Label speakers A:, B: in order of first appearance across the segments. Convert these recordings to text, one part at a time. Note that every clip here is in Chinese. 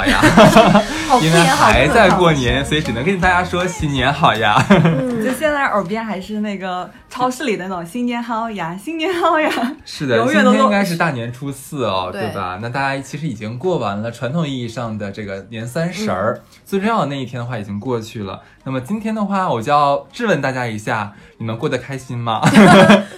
A: 好
B: 因为还在过年，所以只能跟大家说新年好呀。
A: 嗯
C: 就现在耳边还是那个超市里的那种“新年好呀，新年好呀
B: 是的，
C: 永
B: 今
C: 远都
B: 天
C: 都
B: 应该是大年初四哦，
A: 对
B: 吧？那大家其实已经过完了传统意义上的这个年三十儿，
C: 嗯
B: 最重要的那一天的话已经过去了。那么今天的话，我就要质问大家一下，你们过得开心 吗？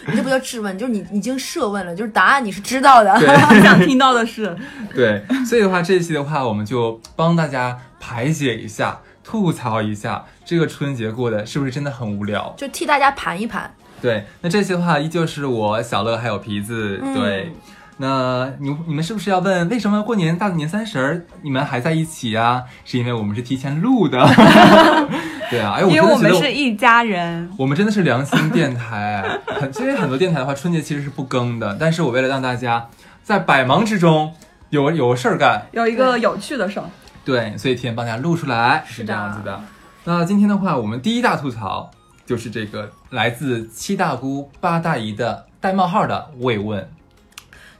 A: 你这不叫质问，就是你已经设问了，就是答案你是知道的。
B: 对”，
C: 我想听到的是，
B: 对，所以的话，这一期的话，我们就帮大家排解一下，吐槽一下这个春节过得是不是真的很无聊？
A: 就替大家盘一盘，
B: 对，那这期的话依旧是我小乐还有皮子，
A: 嗯
B: 对。那你你们是不是要问为什么过年大年三十儿你们还在一起啊？是因为我们是提前录 的，对啊， 哎，我
C: 因
B: 真
C: 为
B: 的
C: 我
B: 觉
C: 们
B: 得
C: 是一家人，
B: 我们真的是良心电台，很其实很多电台的话，春节其实是不更的，但是我为了让大家在百忙之中有有事儿干，
C: 有一个有趣的事儿。
B: 对，所以提前帮大家录出来是这
A: 的
B: 样子的。
C: 啊
B: 那今天的话，我们第一大吐槽就是这个来自七大姑八大姨的带冒号的慰问，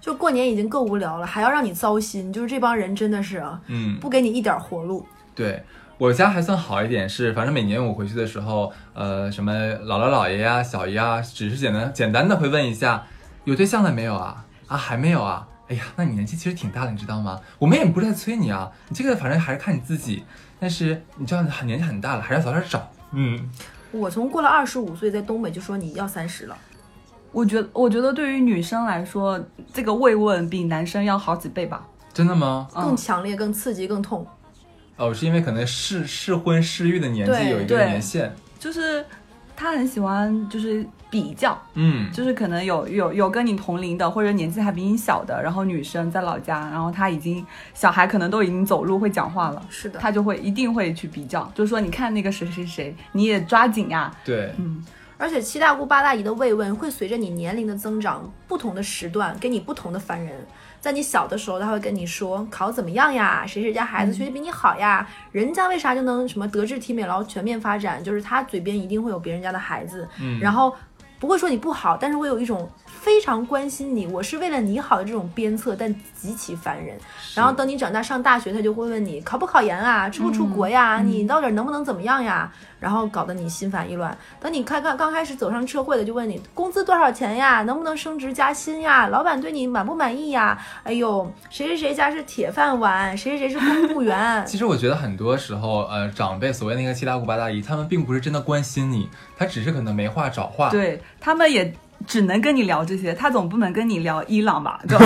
A: 就过年已经够无聊了，还要让你糟心，就是这帮人真的是啊，
B: 嗯，
A: 不给你一点活路。
B: 对。我家还算好一点，是反正每年我回去的时候，呃，什么姥姥姥爷呀、小姨啊，只是简单简单的会问一下，有对象了没有啊？啊，还没有啊？哎呀，那你年纪其实挺大的，你知道吗？我们也不是在催你啊，你这个反正还是看你自己。但是你知道，很年纪很大了，还是要早点找。嗯，
A: 我从过了二十五岁，在东北就说你要三十了，
C: 我觉得，我觉得对于女生来说，这个慰问比男生要好几倍吧。
B: 真的吗？
A: 更
C: 嗯，
A: 强烈、更刺激、更痛。
B: 哦，是因为可能适适婚适育的年纪
A: 对
B: 有一个
C: 对
B: 年限，
C: 就是他很喜欢，就是比较，
B: 嗯，
C: 就是可能有有有跟你同龄的，或者年纪还比你小的，然后女生在老家，然后她已经小孩可能都已经走路会讲话了，
A: 是的，
C: 她就会一定会去比较，就说你看那个谁谁谁，你也抓紧呀、
B: 对，
C: 嗯，
A: 而且七大姑八大姨的慰问会随着你年龄的增长，不同的时段给你不同的烦人。在你小的时候，他会跟你说考得怎么样呀，谁谁家孩子学习比你好呀，人家为啥就能什么德智体美劳全面发展，就是他嘴边一定会有别人家的孩子，
B: 嗯，
A: 然后不会说你不好，但是会有一种非常关心你，我是为了你好的这种鞭策，但极其烦人。
B: 是
A: 然后等你长大上大学，他就会问你考不考研啊，出不出国呀，你到底能不能怎么样呀？然后搞得你心烦意乱。等你开刚刚开始走上社会的，就问你工资多少钱呀，能不能升职加薪呀，老板对你满不满意呀？哎呦，谁谁谁家是铁饭碗，谁谁谁是公 务员。
B: 其实我觉得很多时候，呃，长辈所谓那个七大姑八大姨，他们并不是真的关心你，他只是可能没话找话。，
C: 对他们也只能跟你聊这些，他总不能跟你聊伊朗吧？就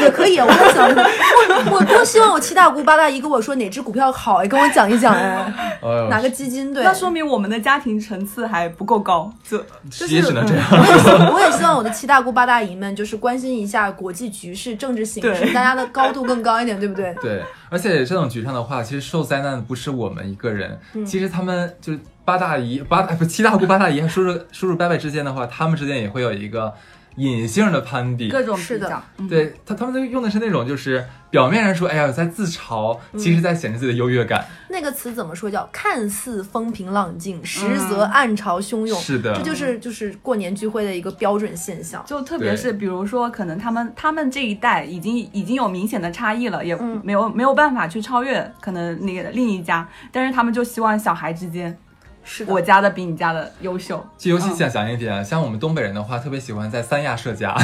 A: 也可以，我也想，我我多希望我七大姑八大姨跟我说哪只股票好，哎，跟我讲一讲哎，
B: 呃，
A: 哪个基金对。
C: 那说明我们的家庭层次还不够高，就嗯
A: 就是
B: 也只能这样。
A: 我也希我也希望我的七大姑八大姨们就是关心一下国际局势、政治形势，
C: 对
A: 大家的高度更高一点，对 不对？
B: 对，而且这种局上的话，其实受灾难的不是我们一个人，其实他们就是八大姨、八大不七大姑八大姨和叔叔叔叔伯伯之间的话，他们之间也会有一个隐性的攀比。
C: 各种
A: 是
C: 比
A: 的
C: 较。嗯，
B: 对他，他们都用的是那种，就是表面上说，哎呀，我在自嘲，
C: 嗯
B: 其实在显示自己的优越感。
A: 那个词怎么说？叫看似风平浪静，实则暗潮汹涌。
B: 是的
A: 这就是就是过年聚会的一个标准现象。
C: 就特别
B: 对
C: 是比如说，可能他们他们这一代已经已经有明显的差异了，也
A: 嗯
C: 没有、没有办法去超越可能那个另一家，但是他们就希望小孩之间，
A: 是
C: 我家的比你家的优秀，
B: 就尤其
C: 嗯
B: 想想一点，像我们东北人的话，特别喜欢在三亚设家，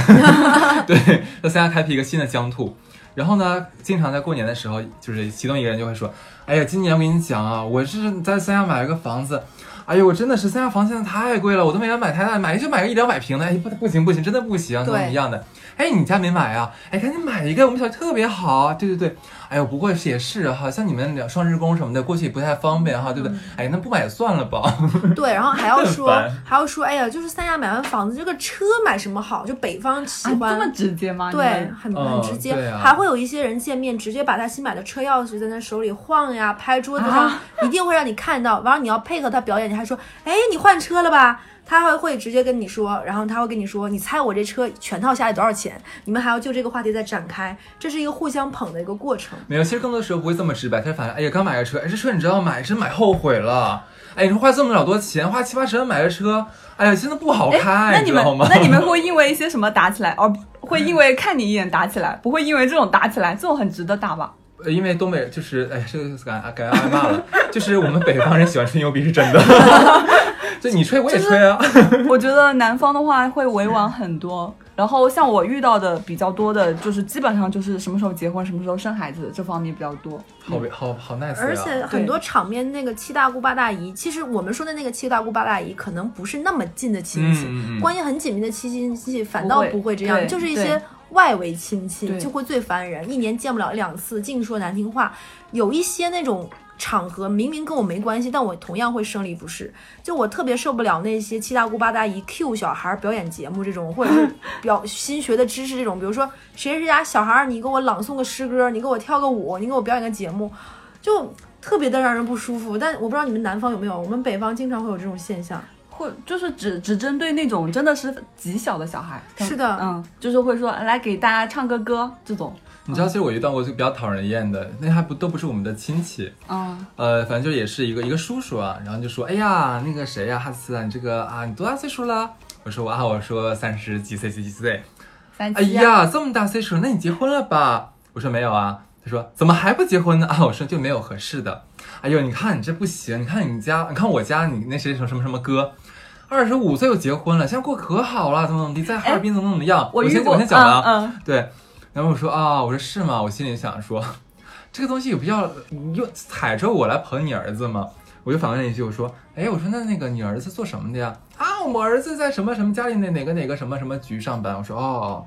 B: 对，在三亚开辟一个新的疆土。然后呢，经常在过年的时候，就是其中一个人就会说：“哎呀，今年我跟你讲啊，我是在三亚买了个房子，哎呦，我真的是三亚房现在太贵了，我都没敢买太大，买就买个一两百平的，哎，不不行不行，真的不行，怎么怎么样的？哎，你家没买啊？哎，赶紧买一个，我们小区特别好，对对对。哎呦，不过是也是哈，像你们俩双职工什么的，过去也不太方便哈，对不对？哎，那不买也算了吧。
A: 对，然后还要说
B: 很烦
A: 还要说，哎呀，就是三亚买完房子，这个车买什么好？就北方喜
C: 啊，这
A: 欢、
C: 么直接吗？你
A: 对，
C: 们，
A: 很
B: 嗯
A: 很直接、
B: 对啊
A: 还会有一些人见面直接把他新买的车钥匙在那手里晃呀，拍桌子上，
C: 啊
A: 一定会让你看到。完了你要配合他表演，你还说，哎，你换车了吧？他还会直接跟你说，然后他会跟你说，你猜我这车全套下来多少钱？你们还要就这个话题再展开，这是一个互相捧的一个过程。
B: 没有，其实更多时候不会这么直白，他是反正哎呀，刚买个车，哎，这车你知道买真买后悔了，哎，你说花这么老多钱，花七八十万买个车，哎呀，真的不好开，
C: 那你
B: 知
C: 们
B: 道吗？
C: 那你们会因为一些什么打起来？哦，会因为看你一眼打起来，不会因为这种打起来，这种很值得打吧？
B: 呃 因为东北就是哎，这个感感觉挨骂了，就是我们北方人喜欢吹牛逼是真的， 就你吹我也吹啊，
C: 我觉得南方的话会委婉很多。然后像我遇到的比较多的，就是基本上就是什么时候结婚、什么时候生孩子这方面比较多。
B: 好好好 nice 啊！
A: 而且很多场面那个七大姑八大姨，其实我们说的那个七大姑八大姨，可能不是那么近的亲戚，
B: 嗯嗯嗯
A: 关系很紧密的亲戚反倒不会这样，
C: 对
A: 就是一
C: 对
A: 些外围亲戚
C: 对
A: 就会最烦人，一年见不了两次，净说难听话。有一些那种场合，明明跟我没关系，但我同样会生理不适。就我特别受不了那些七大姑八大姨 Q 小孩儿表演节目这种，或者是表新学的知识这种，比如说谁谁家小孩儿，你给我朗诵个诗歌，你给我跳个舞，你给我表演个节目，就。特别的让人不舒服，但我不知道你们南方有没有，我们北方经常会有这种 现象。
C: 会就是只只针对那种真的是极小的小孩，
A: 是的
C: 嗯，就是会说来给大家唱个歌这种，
B: 你知道，其实我遇到过就比较讨人厌的，那还不都不是我们的亲戚，
C: 嗯，
B: 呃，反正就也是一个一个叔叔啊，然后就说，哎呀，那个谁呀、哈斯啊，你这个啊，你多大岁数了？我说我啊，我说三十几岁，几几 岁？
C: 三
B: 哎
C: 七、啊
B: 呀，这么大岁数，那你结婚了吧？我说没有啊。他说怎么还不结婚呢？啊，我说就没有合适的。哎呦，你看你这不行，你看你家，你看我家，你那谁什么什么什么哥，二十五岁就结婚了，现在过可好了，怎么怎么地，在哈尔滨怎么怎么样。
C: 我遇
B: 先哎
C: 过，
B: 我先讲了啊，
C: 嗯嗯，
B: 对，然后我说啊，我说是吗？我心里想说，这个东西有必要你又踩着我来捧你儿子吗？我就反问了一句，我说，哎，我说那那个你儿子做什么的呀？啊，我儿子在什么什么家里哪哪个哪个什么什么局上班。我说哦，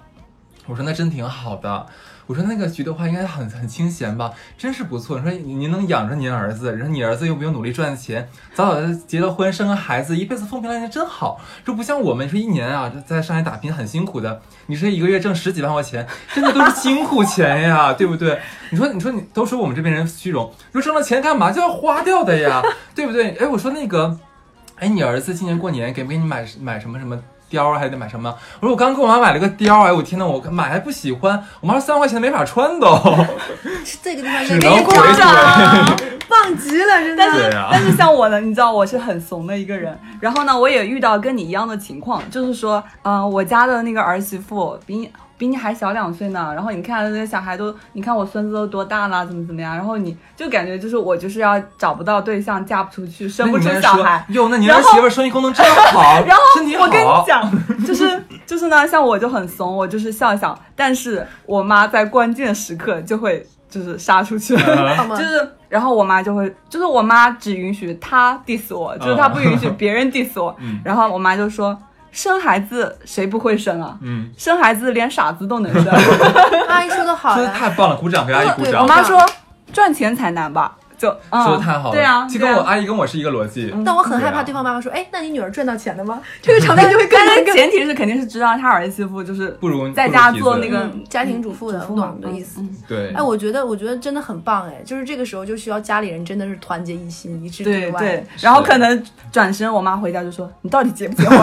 B: 我说那真挺好的。我说那个局的话应该很很清闲吧，真是不错。你说您能养着您儿子，然后你儿子又不用努力赚钱，早早的结了婚生个孩子，一辈子风平浪静真好。这不像我们说一年啊，在上海打拼很辛苦的，你说一个月挣十几万块钱，真的都是辛苦钱呀，对不对？你说，你说你都说我们这边人虚荣，你说挣了钱干嘛就要花掉的呀，对不对？哎，我说那个，哎，你儿子今年过年给不给你买买什么什么？貂儿还得买什么？我说我刚给我妈买了个貂儿，哎，我天呐，我买还不喜欢，我妈说三万块钱没法穿哦都，
A: 这个地方
B: 只
A: 应该
C: 给
B: 能
C: 你
B: 回
C: 鼓
B: 嘴。
C: 掌。
A: 棒极了，真
C: 但
A: 的。
B: 对
C: 是、
B: 啊
C: 但是像我呢，你知道我是很怂的一个人。然后呢，我也遇到跟你一样的情况，就是说，嗯、我家的那个儿媳妇比你比你还小两岁呢。然后你看那些小孩都，你看我孙子都多大了，怎么怎么样。然后你就感觉就是我就是要找不到对象，嫁不出去，生不出小孩。
B: 哟，那你
C: 然
B: 儿
C: 后
B: 媳妇儿生意功能真好，
C: 然后
B: 身体好。
C: 我跟你讲，就是就是呢，像我就很怂，我就是笑笑，但是我妈在关键时刻就会就是杀出去。
A: 好吗
C: 就？是，然后我妈就会，就是我妈只允许她 diss 我，就是她不允许别人 diss 我。
B: 嗯
C: 然后我妈就说：“生孩子谁不会生啊？
B: 嗯，
C: 生孩子连傻子都能生。
A: 阿姨说的好啊
B: 说的
A: 呀，
B: 太棒了，鼓掌给阿姨鼓
A: 对”
B: 掌
C: 我。妈说：“赚钱才难吧？”就嗯，
B: 说的太好了，
C: 对啊，嗯
B: 其实
C: 对
B: 跟我
C: 啊。
B: 阿姨跟我是一个逻辑。
A: 但我很害
B: 对啊
A: 怕对方妈妈说，哎，那你女儿赚到钱了吗？ 这个场面 就会更
C: 但
A: 难
C: 是
A: 更
C: 前提是肯定是知道她儿媳妇就是
B: 不如
C: 在家做那个
A: 嗯家庭主妇的，我懂你的意思。
C: 嗯
B: 对，
A: 哎，我觉得，我觉得真的很棒哎，就是这个时候就需要家里人真的是团结一心，一致
C: 对
A: 外。
C: 对，然后可能转身，我妈回家就说：“你到底结不结婚？”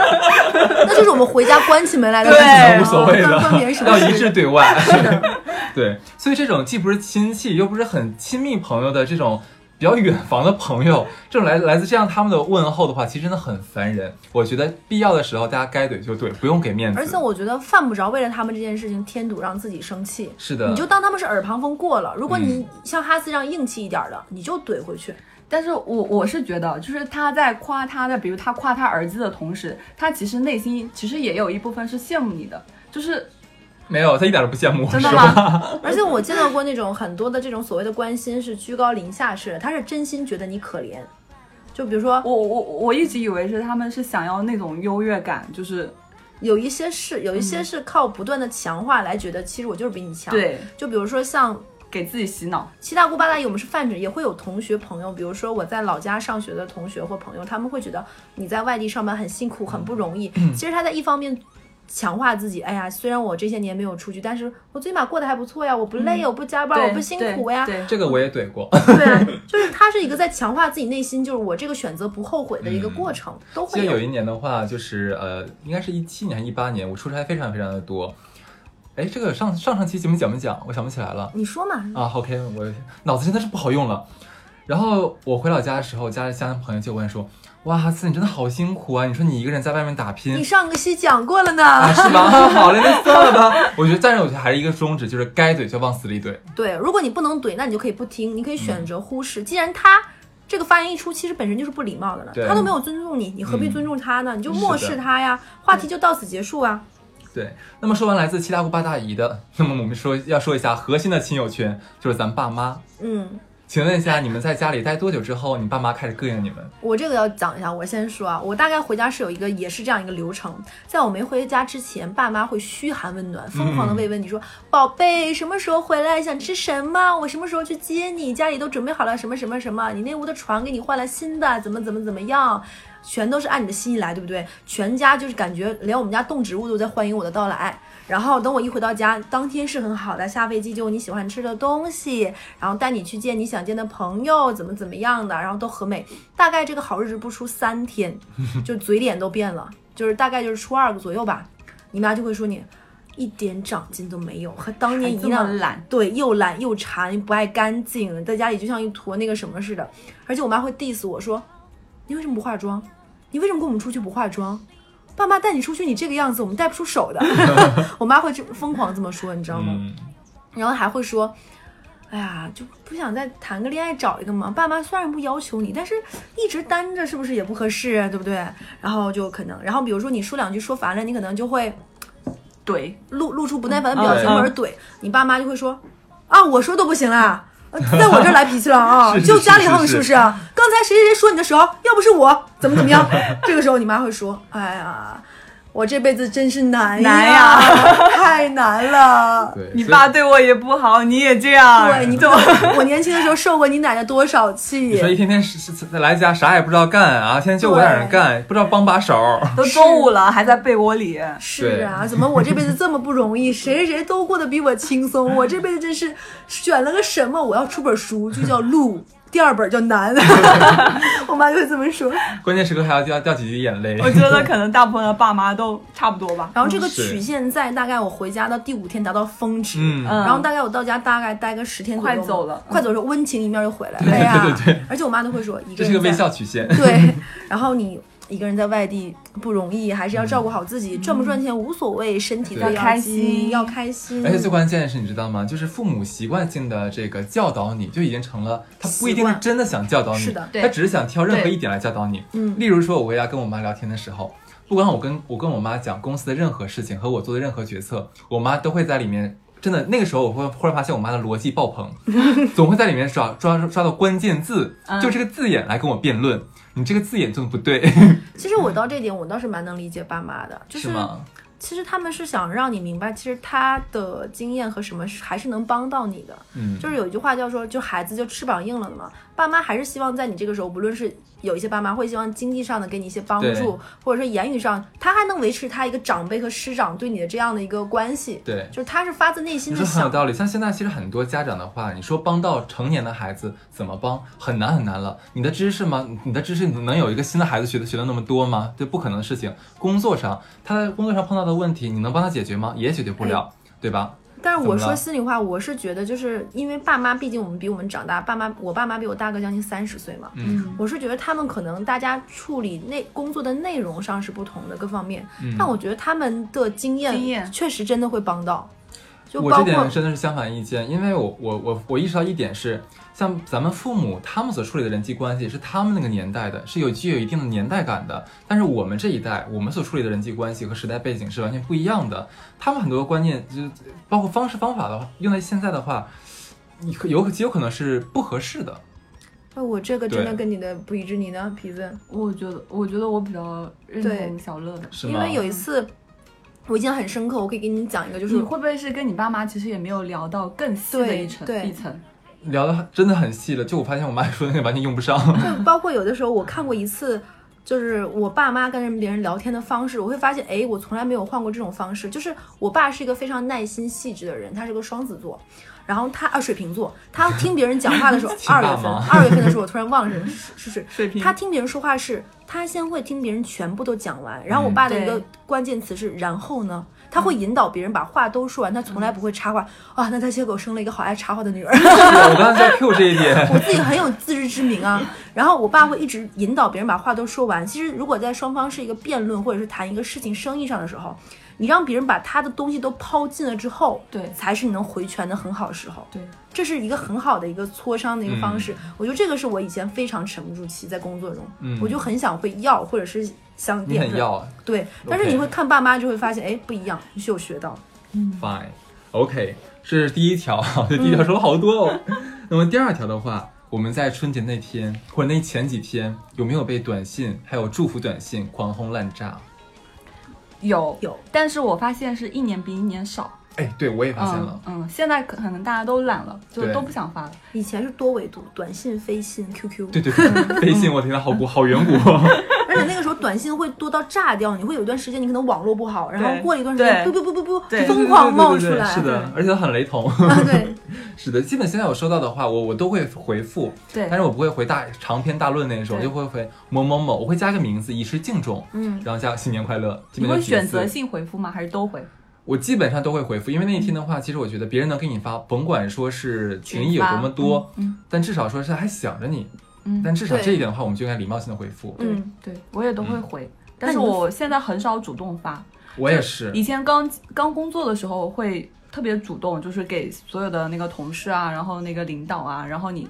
A: 那就是我们回家关起门来的
C: 对
A: 问题，
B: 无所谓的
A: 关别人什，么
B: 要
A: 事
B: 一致对外。 对，所以这种既不是亲戚，又不是很亲密朋友的这种比较远房的朋友， 这种来来自这样他们的问候的话，其实真的很烦人。我觉得必要的时候大家该怼就怼，不用给面子。
A: 而且我觉得犯不着为了他们这件事情添堵，让自己生气。
B: 是的，
A: 你就当他们是耳旁风过了。如果你像哈斯这样硬气一点的，你就怼回去。
C: 但是我我是觉得，就是他在夸他的，比如他夸他儿子的同时，他其实内心其实也有一部分是羡慕你的，就是
B: 没有，他一点都不羡慕我，
C: 真的
B: 是吧？
C: 吗？
A: 而且我见到过那种很多的这种所谓的关心是居高临下式的，他是真心觉得你可怜。就比如说
C: 我我我一直以为是他们是想要那种优越感，就是
A: 有一些是有一些是靠不断的强化来觉得，其实我就是比你强。，
C: 嗯对
A: 就比如说像
C: 给自己洗脑，
A: 七大姑八大姨，我们是泛指，也会有同学朋友，比如说我在老家上学的同学或朋友，他们会觉得你在外地上班很辛苦，很不容易。
C: 嗯
A: 其实他在一方面。强化自己，哎呀，虽然我这些年没有出去，但是我最起码过得还不错呀，我不累呀，我不加班，我
C: 对
A: 不辛苦呀，
C: 嗯对 对
B: 这个我也怼过。
A: 对 啊，就是他是一个在强化自己内心，就是我这个选择不后悔的一个过程，都
B: 记
A: 会
B: 得嗯有一年的话，就是呃，应该是一七年还是一八年，我出差非常非常的多。哎，这个上上上期节目讲没讲？我想不起来了。
A: 你说嘛，
B: 啊，OK，我脑子真的是不好用了。然后我回老家的时候，家里乡亲朋友就问说：“哇塞，你真的好辛苦啊！你说你一个人在外面打拼，
A: 你上个期讲过了呢，
B: 嗯啊，是吧？ 好嘞，那算了吧。我觉得，但是我觉得还是一个宗旨，就是该怼就往死里怼。
A: 对，如果你不能怼，那你就可以不听，你可以选择忽
B: 嗯
A: 视。既然他这个发言一出，其实本身就是不礼貌的了
B: 对，嗯
A: 他都没有尊重你，你何必尊重他呢？你就漠
B: 是
A: 视
B: 的嗯
A: 他呀，话题就到此结束啊。
B: 对，那么说完来自七大姑八大姨的，那么我们说要说一下核心的亲友圈，就是咱爸妈。
A: 嗯，
B: 请问一下，你们在家里待多久之后，你爸妈开始膈应你们？
A: 我这个要讲一下，我先说啊，我大概回家是有一个也是这样一个流程，在我没回家之前，爸妈会嘘寒问暖，疯狂的慰问你说、宝贝什么时候回来，想吃什么，我什么时候去接你，家里都准备好了什么什么什么，你那屋的床给你换了新的，怎么怎么怎么样。全都是按你的心意来，对不对？全家就是感觉连我们家动植物都在欢迎我的到来。然后等我一回到家，当天是很好的，下飞机就有你喜欢吃的东西，然后带你去见你想见的朋友，怎么怎么样的，然后都很美。大概这个好日子不出三 天，就嘴脸都变了，就是大概就是初二左右吧，你妈就会说你一点长进都没有，和当年
C: 你
A: 一
C: 这么
A: 样。
C: 懒，
A: 对，又懒又馋，不爱干净，在家里就像一坨那个什么似的。而且我妈会 diss 我说：“你为什么不化妆？你为什么跟我们出去不化妆？爸妈带你出去，你这个样子，我们带不出手的。”我妈会这疯狂这么说，你知道吗？
B: 嗯，
A: 然后还会说，哎呀，就不想再谈个恋爱找一个嘛。爸妈虽然不要求你，但是一直单着是不是也不合适啊，对不对？然后就可能，然后比如说你说两句说烦了，你可能就会
C: 怼，
A: 露露出不耐烦的表情
B: 嗯
A: 或者怼，你爸妈就会说，啊，我说都不行啦。呃在我这儿来脾气了 啊！
B: 是是
A: 就家里
B: 是
A: 还有你
B: 是
A: 是不是啊？刚才谁谁谁说你的时候，要不是我怎么怎么样？ 这个时候你妈会说：“哎呀，我这辈子真是难
C: 难
A: 呀
C: 呀，
A: 太难了。”
B: 对，
C: 你
B: 所以
C: 爸对我也不好，你也这样，
A: 对，你懂。我年轻的时候受过你奶奶多少
B: 你说
A: 气，
B: 一天天是是来家啥也不知道干啊，天天就我在那儿干，不知道帮把手。
C: 都中午了还在被窝里，
A: 是啊，怎么我这辈子这么不容易？ 谁谁谁都过得比我轻松，我这辈子真是选了个什么？我要出本书，就叫《路》，第二本叫《难》， 我妈就会这么说。
B: 关键时刻还要掉掉几滴眼泪。
C: 我觉得可能大部分的爸妈都差不多吧。
A: 然后这个
B: 是
A: 曲线在大概我回家的第五天达到峰值，
B: 嗯
C: 嗯
A: 然后大概我到家大概待个十天左右吧，
C: 快走了
A: 快走的时候温情一面就回来了。哎呀，
B: 对对对
A: 而且我妈都会说，一 个
B: 这
A: 人
B: 是个微
A: 在
B: 笑曲线。
A: 对，然后你一个人在外地不容易，还是要照顾好自己，赚不赚钱无所谓，身体
B: 嗯对
A: 最
C: 要开
A: 紧
C: 心
A: 要开心。
B: 而且最关键的是，你知道吗？就是父母习惯性的这个教导你，就已经成了他不一定是
A: 习惯
B: 真的想教导你，
A: 是的
B: 他
C: 对
B: 只是想挑任何一点来教导你。
A: 嗯
B: 例如说，我回家跟我妈聊天的时候，不管我跟我跟我妈讲公司的任何事情和我做的任何决策，我妈都会在里面。真的，那个时候我会忽然发现我妈的逻辑爆 棚，总会在里面抓抓抓到关键字，
A: 嗯
B: 就这个字眼来跟我辩论，你这个字眼怎么不对，
A: 其实我到这点，我倒是蛮能理解爸妈的，就是
B: 吗？
A: 其实他们是想让你明白，其实他的经验和什么是还是能帮到你的。
B: 嗯，
A: 就是有一句话叫说，就孩子就翅膀硬了的嘛。爸妈还是希望在你这个时候，不论是有一些爸妈会希望经济上的给你一些帮
B: 对
A: 助，或者说言语上，他还能维持他一个长辈和师长对你的这样的一个关系。
B: 对
A: 就是他是发自内心
B: 你
A: 的
B: 说很有
A: 想
B: 道理，像现在其实很多家长的话，你说帮到成年的孩子怎么帮，很难很难了。你的知识吗？你的知识能有一个新的孩子学的学的那么多吗？这不可能的事情。工作上，他在工作上碰到的问题，你能帮他解决吗？也解决不了，对吧？
A: 但是我
B: 怎么
A: 说
B: 了
A: 心里话，我是觉得，就是因为爸妈，毕竟我们比我们长大，爸妈我爸妈比我大个将近三十岁嘛，
B: 嗯，
A: 我是觉得他们可能大家处理内工作的内容上是不同的各方面，
B: 嗯
A: 但我觉得他们的经
C: 经验
A: 验确实真的会帮到，就
B: 我
A: 包
B: 这
A: 括
B: 点真的是相反意见，因为我我我我意识到一点是，像咱们父母他们所处理的人际关系是他们那个年代的，是有具有一定的年代感的。但是我们这一代，我们所处理的人际关系和时代背景是完全不一样的。他们很多观念，就是包括方式方法的话，用在现在的话，你可有极有可能是不合适的。
A: 哎我这个真的
B: 对
A: 跟你的不一致，你呢，皮子？
C: 我觉得，我觉得我比较认
A: 对
C: 同小乐的。
B: 是
A: 因
B: 吗？
A: 为有一次我印象很深刻，我可以给你讲一个，就是
C: 你会不会是跟你爸妈其实也没有聊到更细的
A: 对
C: 一层
A: 对
C: 一层？
B: 聊的真的很细了，就我发现我妈说的那个完全用不上。，
A: 就包括有的时候我看过一次，就是我爸妈跟别人聊天的方式，我会发现，哎，我从来没有换过这种方式。就是我爸是一个非常耐心细致的人，他是个双子座，然后他啊水瓶座，他 听别人讲话的时候二月份
B: 大吗
A: 二月份的时候，我突然忘了是是是
C: 水平
A: 他 听别人说话是，他先会听别人全部都讲完，然后我爸的一个
C: 对
A: 关键词是“然后呢”，他会引导别人把话都说完，他从来不会插话。啊，那他结果生了一个好爱插话的女儿，
B: 我刚才在 Q 这一点，
A: 我自己很有自知之名啊。然后我爸会一直引导别人把话都说完。其实如果在双方是一个辩论或者是谈一个事情生意上的时候，你让别人把他的东西都抛尽了之后，
C: 对
A: 才是你能回权的很好的时候。
C: 对，
A: 这是一个很好的一个磋商的一个方式。我觉得这个是我以前非常沉不住气，在工作中，
B: 嗯
A: 我就很想会要，或者是想
B: 你
A: 辩
B: 很
A: 论。
B: 要
A: 对，但是你会看爸妈就会发现，哎，不一样，你是有学到的。
B: fine。OK，这是第一条，这第一条说了好多哦。那么第二条的话，我们在春节那天或者那前几天，有没有被短信还有祝福短信狂轰滥炸？
C: 有
A: 有，
C: 但是我发现是一年比一年少。
B: 哎，对我也发现了，
C: 嗯，嗯，现在可能大家都懒了，就
B: 对
C: 都不想发了。
A: 以前是多维度，短信、飞信、QQ，
B: 对对对，微信，我天呐，好古好远古。
A: 而且那个时候短信会多到炸掉，你会有一段时间你可能网络不好，然后
C: 对
A: 过了一段时间，
C: 对
A: 不不不不不，
C: 对
A: 疯狂冒出
B: 对对对对
A: 来。
B: 是的，而且很雷同。
A: 啊， 对，
B: 是的，基本现在我收到的话，我我都会回复，
C: 对
B: 但是我不会回大长篇大论那种，
C: 对
B: 就会回某某某，我会加个名字以示敬重，
A: 嗯，
B: 然后加新年快乐。基
C: 你
B: 本就
C: 会
B: 几个
C: 选择
B: 字
C: 性回复吗？还是都回？
B: 我基本上都会回复，因为那一天的话，其实我觉得别人能给你发，甭管说是情谊有多么多，
C: 嗯
B: 但至少说是还想着你。
C: 嗯
B: 但至少
A: 对
B: 这一点的话，我们就应该礼貌性的回复。
A: 嗯，
C: 对我也都会回，但是
A: 那你
C: 我现在很少主动发。
B: 我也是，
C: 以前刚刚工作的时候会特别主动，就是给所有的那个同事啊，然后那个领导啊，然后你。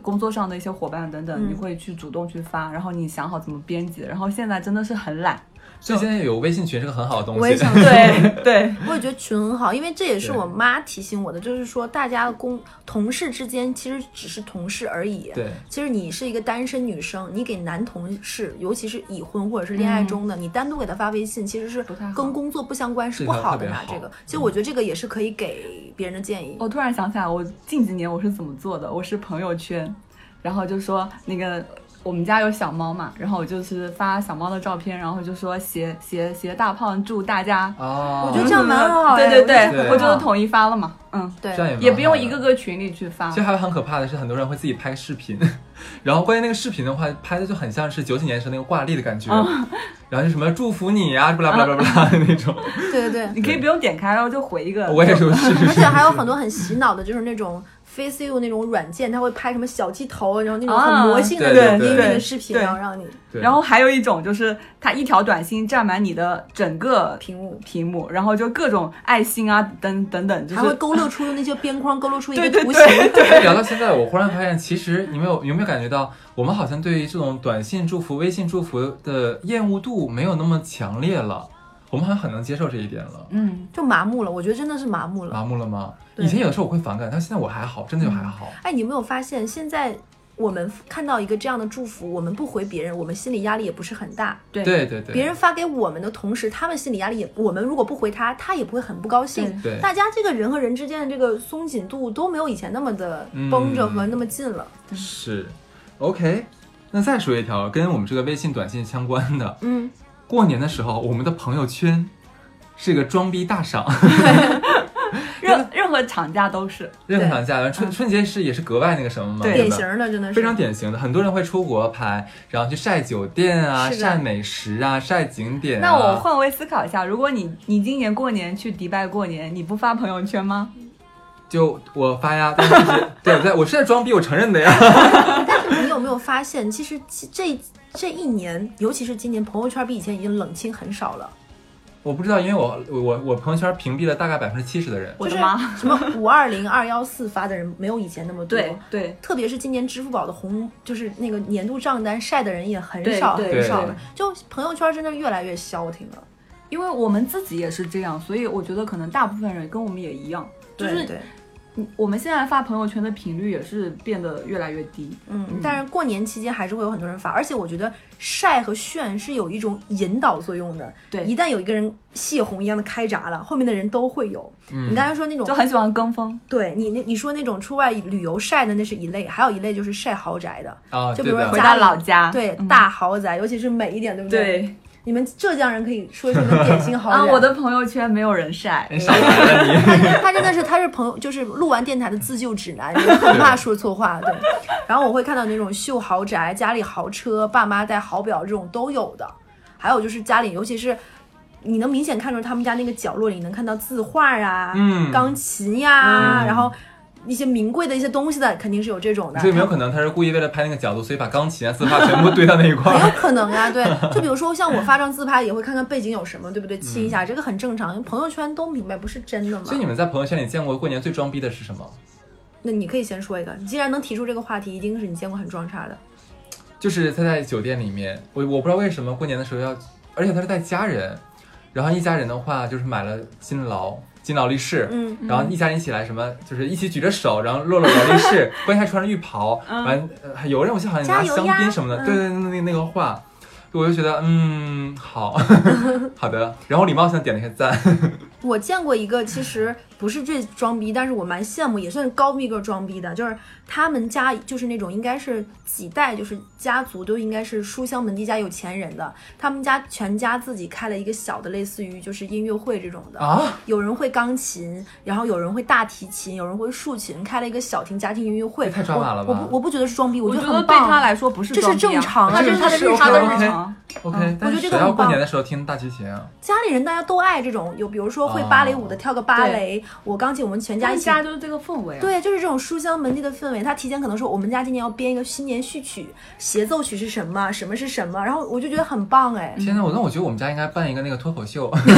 C: 工作上的一些伙伴等等，
A: 嗯
C: 你会去主动去发，然后你想好怎么编辑，然后现在真的是很 懒。
B: 所以现在有微信群是个很好的东西。
A: 我 也想
C: 对 对，
A: 我也觉得群很好，因为这也是
B: 对
A: 我妈提醒我的，就是说大家的工同事之间其实只是同事而已。
B: 对，
A: 其实你是一个单身女生，你给男同事，尤其是已婚或者是恋爱中的，你单独给他发微信，其实是
C: 嗯不太好
A: 跟工作不相关，是
B: 这
A: 不
B: 条
A: 好
B: 特
A: 的
B: 别
A: 拿
B: 好嗯
A: 这个。其实我觉得这个也是可以给别人的建议。
C: 我突然想起来，我近几年我是怎么做的？我是朋友圈，然后就说那个我们家有小猫嘛，然后我就是发小猫的照片，然后就说携携携大胖祝大家，
B: 啊，
A: 我觉得这样蛮好 哎
C: 对对对，
A: 我觉得
B: 这样很好
C: 我就统一发了嘛，嗯，
A: 对
B: 这样也蛮
C: 也不用一
B: 好
C: 个
B: 的。
C: 个群里去发
B: 其实。还有很可怕的是，很多人会自己拍视频，然后关键那个视频的话，拍的就很像是九几年时候那个挂历的感觉，然后就什么祝福你啊呀、不啦不啦不啦不啦的那种。
A: 对对对，
C: 你可以不用点开，然后就回一个。
B: 我也是，是是
A: 而且还有很多很洗脑的，就是那种 Face You 那种软件，它会拍什么小鸡头，然后那种很魔性的
B: 啊
A: 那
B: 对
A: 种
B: 对
A: 音
B: 对
A: 乐的视频，
C: 对
A: 然后让你
B: 对
C: 然后还有一种就是它一条短信占满你的整个
A: 屏幕，
C: 屏幕，然后就各种爱心啊等等等，就
A: 还会
C: 是
A: 勾勒出那些边框，勾勒出一个
C: 对对
A: 图形。
C: 对对。
B: 但哎聊到现在，我忽然发现，其实你们有有没有感觉到，我们好像对于这种短信祝福、微信祝福的厌恶度没有那么强烈了？我们好像很能接受这一点了。
C: 嗯，
A: 就麻木了，我觉得真的是麻木了。
B: 麻木了吗？
A: 对
B: 以前有的时候我会反感，但现在我还好，真的就还好。
A: 哎，你有没有发现现在我们看到一个这样的祝福，我们不回别人，我们心理压力也不是很大。
C: 对
B: 对对对，
A: 别人发给我们的同时，他们心理压力也，我们如果不回他，他也不会很不高兴。
B: 对
A: 大家这个人和人之间的这个松紧度都没有以前那么的
B: 嗯
A: 绷着和那么近了。
B: 是 OK。那再说一条跟我们这个微信短信相关的，
A: 嗯，
B: 过年的时候我们的朋友圈是一个装逼大赏，
C: 任任何厂家都是。
B: 任何场假，春春节是也是格外那个什么嘛，
C: 对
B: 对
A: 典
B: 吧？
A: 型的真嗯的是
B: 非常典型的，很多人会出国拍，然后去晒酒店啊、
A: 是的
B: 晒美食啊、晒景点、啊。
C: 那我换位思考一下，如果你你今年过年去迪拜过年，你不发朋友圈吗？
B: 就我发呀，但是一直对，对，我是在装逼，我承认的呀。
A: 你有没有发现，其实这这这一年，尤其是今年，朋友圈比以前已经冷清很少了。
B: 我不知道，因为我我我朋友圈屏蔽了大概百分之七十的人。
C: 我
A: 就
C: 的
A: 是
C: 妈！
A: 什么五二零、二幺四发的人没有以前那么多。
C: 对对
A: 特别是今年支付宝的红，就是那个年度账单晒的人也很
C: 对
A: 少
C: 对
A: 很少
B: 对
A: 了，就朋友圈真的越来越消停了。
C: 因为我们自己也是这样，所以我觉得可能大部分人跟我们也一样，就
A: 对
C: 是
A: 对，
C: 我们现在发朋友圈的频率也是变得越来越低。
A: 嗯，但是过年期间还是会有很多人发，而且我觉得晒和炫是有一种引导作用的。
C: 对
A: 一旦有一个人泄洪一样的开闸了，后面的人都会有。你
B: 嗯，
A: 刚才说那种
C: 就很喜欢跟风，
A: 对你那你说那种出外旅游晒的那是一类，还有一类就是晒豪宅的，
B: 啊，
A: 就
B: 对
A: 比如说
B: 的
C: 回
A: 家
C: 到
A: 里
C: 老家，
A: 嗯对、
C: 嗯
A: 大豪宅，尤其是美一点，对不对？
C: 对
A: 你们浙江人可以说是你们 典型豪宅。
C: 啊，我的朋友圈没有人晒，
B: 人哎少来了你。
A: 他他真的是他是朋友，就是录完电台的自救指南，就是很怕说错话。对，然后我会看到那种秀豪宅、家里豪车、爸妈带好表这种都有的，还有就是家里，尤其是。你能明显看出他们家那个角落里能看到字画啊，
B: 嗯
A: 钢琴呀、
B: 嗯
A: 然后一些名贵的一些东西的，肯定是有这种的。
B: 所以没有可能他是故意为了拍那个角度，所以把钢琴啊、字画全部堆到那一块
A: 很有
B: 儿。
A: 可能啊，对，就比如说像我发张自拍，也会看看背景有什么，对不对？亲一下，这个很正常，因为朋友圈都明白不是真的嘛
B: 嗯所以。你们在朋友圈里见过过年最装逼的是什么？
A: 那你可以先说一个，你既然能提出这个话题，一定是你见过很装叉的。
B: 就是他在酒店里面，我我不知道为什么过年的时候要，而且他是带家人，然后一家人的话就是买了金劳金劳力士，
A: 嗯，
B: 然后一家人一起来什么，就是一起举着手，然后落落劳力士，关键还穿着浴袍，
C: 嗯
B: 完、呃还有人我记得好像
A: 加
B: 拿
A: 油
B: 香
A: 呀
B: 槟什么的，
A: 嗯
B: 对对对，那那那个话，我就觉得嗯好 好的，然后礼貌性地点了一下赞，
A: 我见过一个，其实不是最装逼，但是我蛮羡慕，也算是高逼格装逼的，就是他们家就是那种应该是几代，就是家族都应该是书香门第家有钱人的，他们家全家自己开了一个小的，类似于就是音乐会这种的
B: 啊，
A: 有人会钢琴，然后有人会大提琴，有人会竖琴，开了一个小型家庭音乐会，
B: 这太抓马了吧
A: 我我不我不觉得是装逼，
C: 我
A: 觉
C: 觉
A: 得
C: 得
A: 很
C: 对
A: 棒。
C: 他来说不是
A: 这是
C: 装逼啊
A: 正常
C: 他这是他的
B: 这是
C: 日常的
B: 正常
C: 日常。
B: OK，、
A: 嗯
B: 但
A: 我
B: 是
A: 觉
B: 谁
A: 得这个
B: 要
A: 很
B: 过
A: 棒
B: 年的时候听大提琴啊？
A: 家里人大家都爱这种，有比如说会
B: 哦
A: 芭蕾舞的跳个芭蕾，我钢琴我们全家
C: 家
A: 一
C: 一
A: 起
C: 家就是这个氛围、啊。，
A: 对，就是这种书香门第的氛围。他提前可能说，我们家今年要编一个新年序曲，协奏曲是什么，什么是什么，然后我就觉得很棒哎。
B: 天呐，我那我觉得我们家应该办一个那个脱口秀，
A: 嗯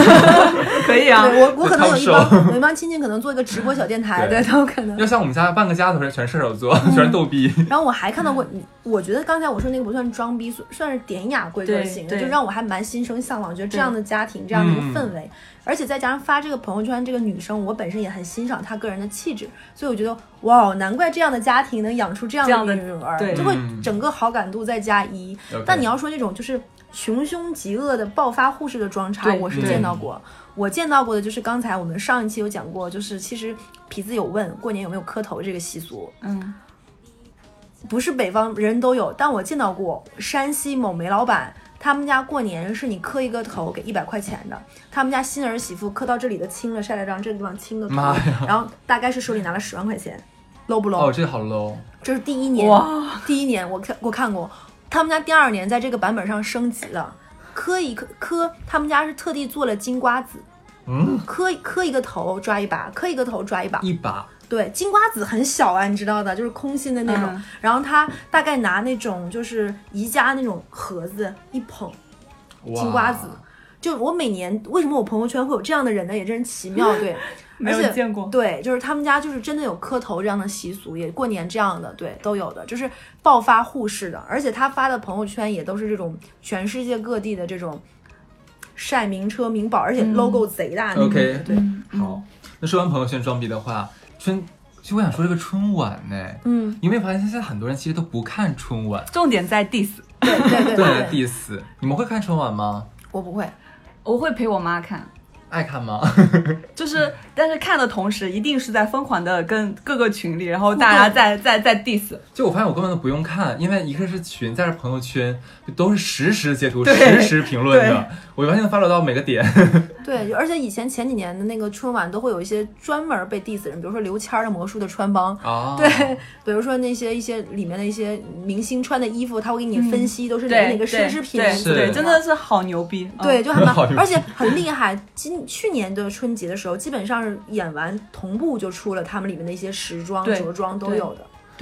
C: 可以啊。
A: 对我，我可 能有一
B: 这
A: 帮
B: 超
A: 有一帮亲戚，可能做一个直播小电台，
B: 对
A: 对，都有可 能。
B: 要像我们家半个家都是全射手
A: 嗯
B: 座，全是逗逼。
A: 然后我还看到
C: 嗯
A: 过，我觉得刚才我说那个不算装逼，算算是典雅规格
C: 对
A: 型的，
C: 对
A: 就让我还蛮心生向往，觉得这
C: 对
A: 样的家庭，这样的一个
B: 嗯
A: 氛围，而且再加上发这个朋友圈，这个女生我本身也很欣赏她个人的气质，所以我觉得哇，哦难怪这样的家庭能养出这
C: 这样
A: 样
C: 的
A: 的女儿，
C: 对
A: 就会
B: 嗯
A: 整个好感度再加一。
B: OK
A: 但你要说那种就是穷凶极恶的暴发户式的装叉，
C: 对
A: 我是
B: 对
A: 见到过。我见到过的就是刚才我们上一期有讲过，就是其实痞子有问过年有没有磕头这个习俗，
C: 嗯，
A: 不是北方人都有，但我见到过山西某煤老板，他们家过年是你磕一个头给一百块钱的，他们家新儿媳妇磕到这里的青了，晒了张这个地方青的头
B: 妈呀，
A: 然后大概是手里拿了十万块钱，low 不 low？、
B: 哦，这个好 low。
A: 这是第一年，
C: 哇，
A: 第一年我看我看过，他们家第二年在这个版本上升级了，磕一个磕，他们家是特地做了金瓜子，
B: 嗯，
A: 磕磕一个头抓一把，磕一个头抓一把，
B: 一把
A: 对，金瓜子很小啊，你知道的，就是空心的那种。
C: 嗯
A: 然后他大概拿那种就是宜家那种盒子一捧
B: 哇
A: 金瓜子。就我每年为什么我朋友圈会有这样的人呢？也真是奇妙， 对，
C: 没有
A: 而且
C: 见过
A: 对，就是他们家就是真的有磕头这样的习俗，也过年这样的，对，都有的，就是暴发户式的。而且他发的朋友圈也都是这种全世界各地的这种晒名车名宝，而且 logo 贼大那种。
B: 嗯 OK
A: 对，
C: 嗯
B: 好，
A: 嗯
B: 那说完朋友圈装逼的话，春，就我想说这个春晚呢，
A: 嗯，
B: 你有没有发现现在很多人其实都不看春晚，
C: 重点在 diss。
A: 对对对
B: 都在
A: 对对，
B: diss。你们会看春晚吗？
A: 我不会。
C: 我会陪我妈看，
B: 爱看吗？
C: 就是
A: 嗯
C: 但是看的同时，一定是在疯狂的跟各个群里，然后大家在在在 diss。
B: 就我发现我根本都不用看，因为一个是群，再是朋友圈，就都是实时截图、
C: 对
B: 实时评论的，我完全能 follow 到每个点。
A: 对，而且以前前几年的那个春晚都会有一些专门被 diss 的人，比如说刘谦儿的魔术的穿帮，
B: 哦，
A: 对，比如说那些一些里面的一些明星穿的衣服，他会给你分析都是哪个哪
C: 嗯对
A: 个奢
C: 对
A: 侈品，
C: 对
B: 是
C: 对，真的。是好牛逼。嗯
A: 对，，就还蛮
B: 好牛，
A: 而且很厉害。今去年的春节的时候，基本上是演完同步就出了他们里面的一些时装、
C: 对
A: 着装都
C: 对
A: 有的。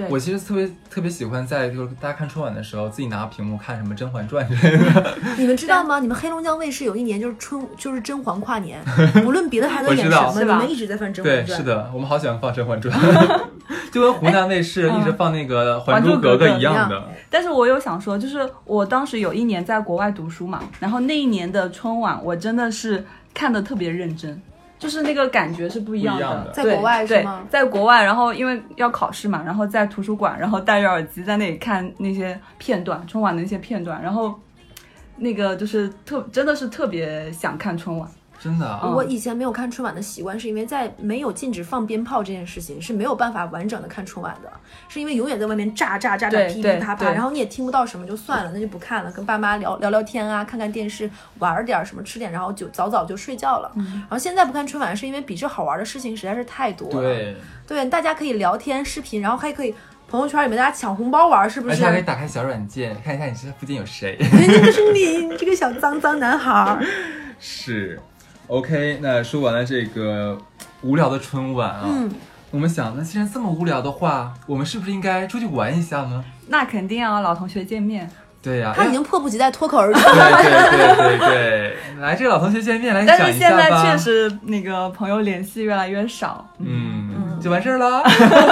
B: 我其实特别特别喜欢在就是大家看春晚的时候，自己拿屏幕看什么《甄嬛传》之类的，
A: 你们知道吗？你们黑龙江卫视有一年就是春就是甄嬛跨年， 无论别的还在
B: 我
A: 演
B: 知
A: 什
B: 道
A: 么，
C: 是
A: 你
C: 吧
A: 们一直在放甄嬛
B: 对，
A: 传。
B: 是的，我们好喜欢放《甄 嬛传》，就跟湖南卫视一直放那个《还
C: 嗯还珠
B: 珠格格
C: 格》格
B: 一
C: 一
B: 样
A: 样
B: 的。
C: 但是我有想说，就是我当时有一年在国外读书嘛，然后那一年的春晚，我真的是看的特别认真，就是那个感觉是不一样
B: 不一样的
A: 在国外
C: 对
A: 是吗
C: 对在国外，然后因为要考试嘛，然后在图书馆，然后戴着耳机在那里看那些片段，春晚的那些片段，然后那个就是特真的是特别想看春晚，
B: 真的啊，
C: 嗯
A: 我以前没有看春晚的习惯，是因为在没有禁止放鞭炮这件事情是没有办法完整的看春晚的，是因为永远在外面炸炸炸炸
C: 对
A: 噼噼
C: 对
A: 啪啪，
C: 对
A: 然后你也听不到什么就算了，那就不看了，跟爸妈聊聊聊天啊，看看电视，玩儿点儿什么，吃点，然后就早早就睡觉了。
C: 嗯
A: 然后现在不看春晚，是因为比这好玩的事情实在是太多了。
B: 对，
A: 对大家可以聊天、视频，然后还可以朋友圈里面大家抢红包玩儿，是不
B: 而
A: 是
B: 且？还可 以打开小软件，看一下你这附近有 谁。
A: 那就是你，你这个小脏脏男孩儿。
B: 是，OK，那说完了这个无聊的春晚啊，
A: 嗯，
B: 我们想，那既然这么无聊的话，我们是不是应该出去玩一下呢？
C: 那肯定啊，老同学见面，
B: 对呀、
A: 他已经迫不及待脱口而出
B: 哎呀对对对对对，来，这个老同学见面
A: 哎
B: 来
C: 但
B: 讲
C: 是
B: 一
C: 现
B: 下吧。
C: 在确实那个朋友联系越来越少。
B: 嗯，就完事儿了。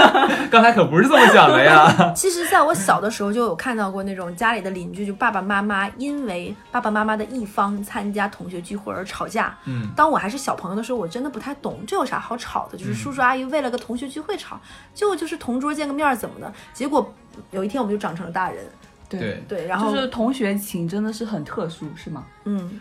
B: 刚才可不是这么想的呀。
A: 其实，在我小的时候就有看到过那种家里的邻居，就爸爸妈妈因为爸爸妈妈的一方参加同学聚会而吵架。
B: 嗯，
A: 当我还是小朋友的时候，我真的不太懂这有啥好吵的，
C: 嗯
A: 就是叔叔阿姨为了个同学聚会吵，就就是同桌见个面儿怎么的？结果有一天我们就长成了大人，
C: 嗯
B: 对，
A: 对，然后、
C: 就是同学情真的是很特殊，是吗？
A: 嗯，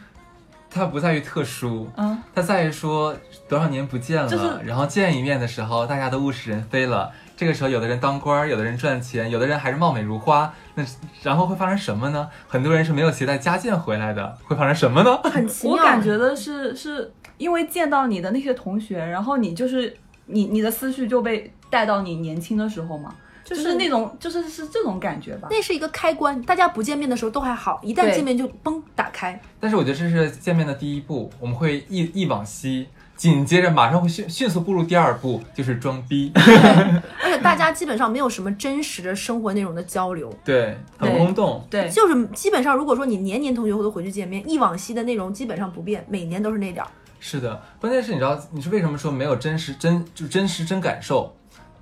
B: 它不在于特殊，
C: 嗯，
B: 它在于说多少年不见了，
C: 就是
B: 然后见一面的时候，大家都物是人非了。这个时候，有的人当官儿，有的人赚钱，有的人还是貌美如花。那然后会发生什么呢？很多人是没有携带家眷回来的，会发生什么呢？
A: 很奇妙。
C: 我感觉的是，是因为见到你的那些同学，然后你就是你你的思绪就被带到你年轻的时候嘛，就是是那种就是是这种感觉吧。
A: 那是一个开关，大家不见面的时候都还好，一旦
C: 对
A: 见面就嘣打开。
B: 但是我觉得这是见面的第一步，我们会忆忆往昔，紧接着马上会迅迅速步入第二步，就是装逼。
A: 而且大家基本上没有什么真实的生活内容的交流，
B: 对，很
C: 对
B: 空洞。
C: 对，
A: 就是基本上如果说你年年同学会都回去见面，忆往昔的内容基本上不变，每年都是那点儿。
B: 是的，关键是你知道你是为什么说没有真实真就真实真感受？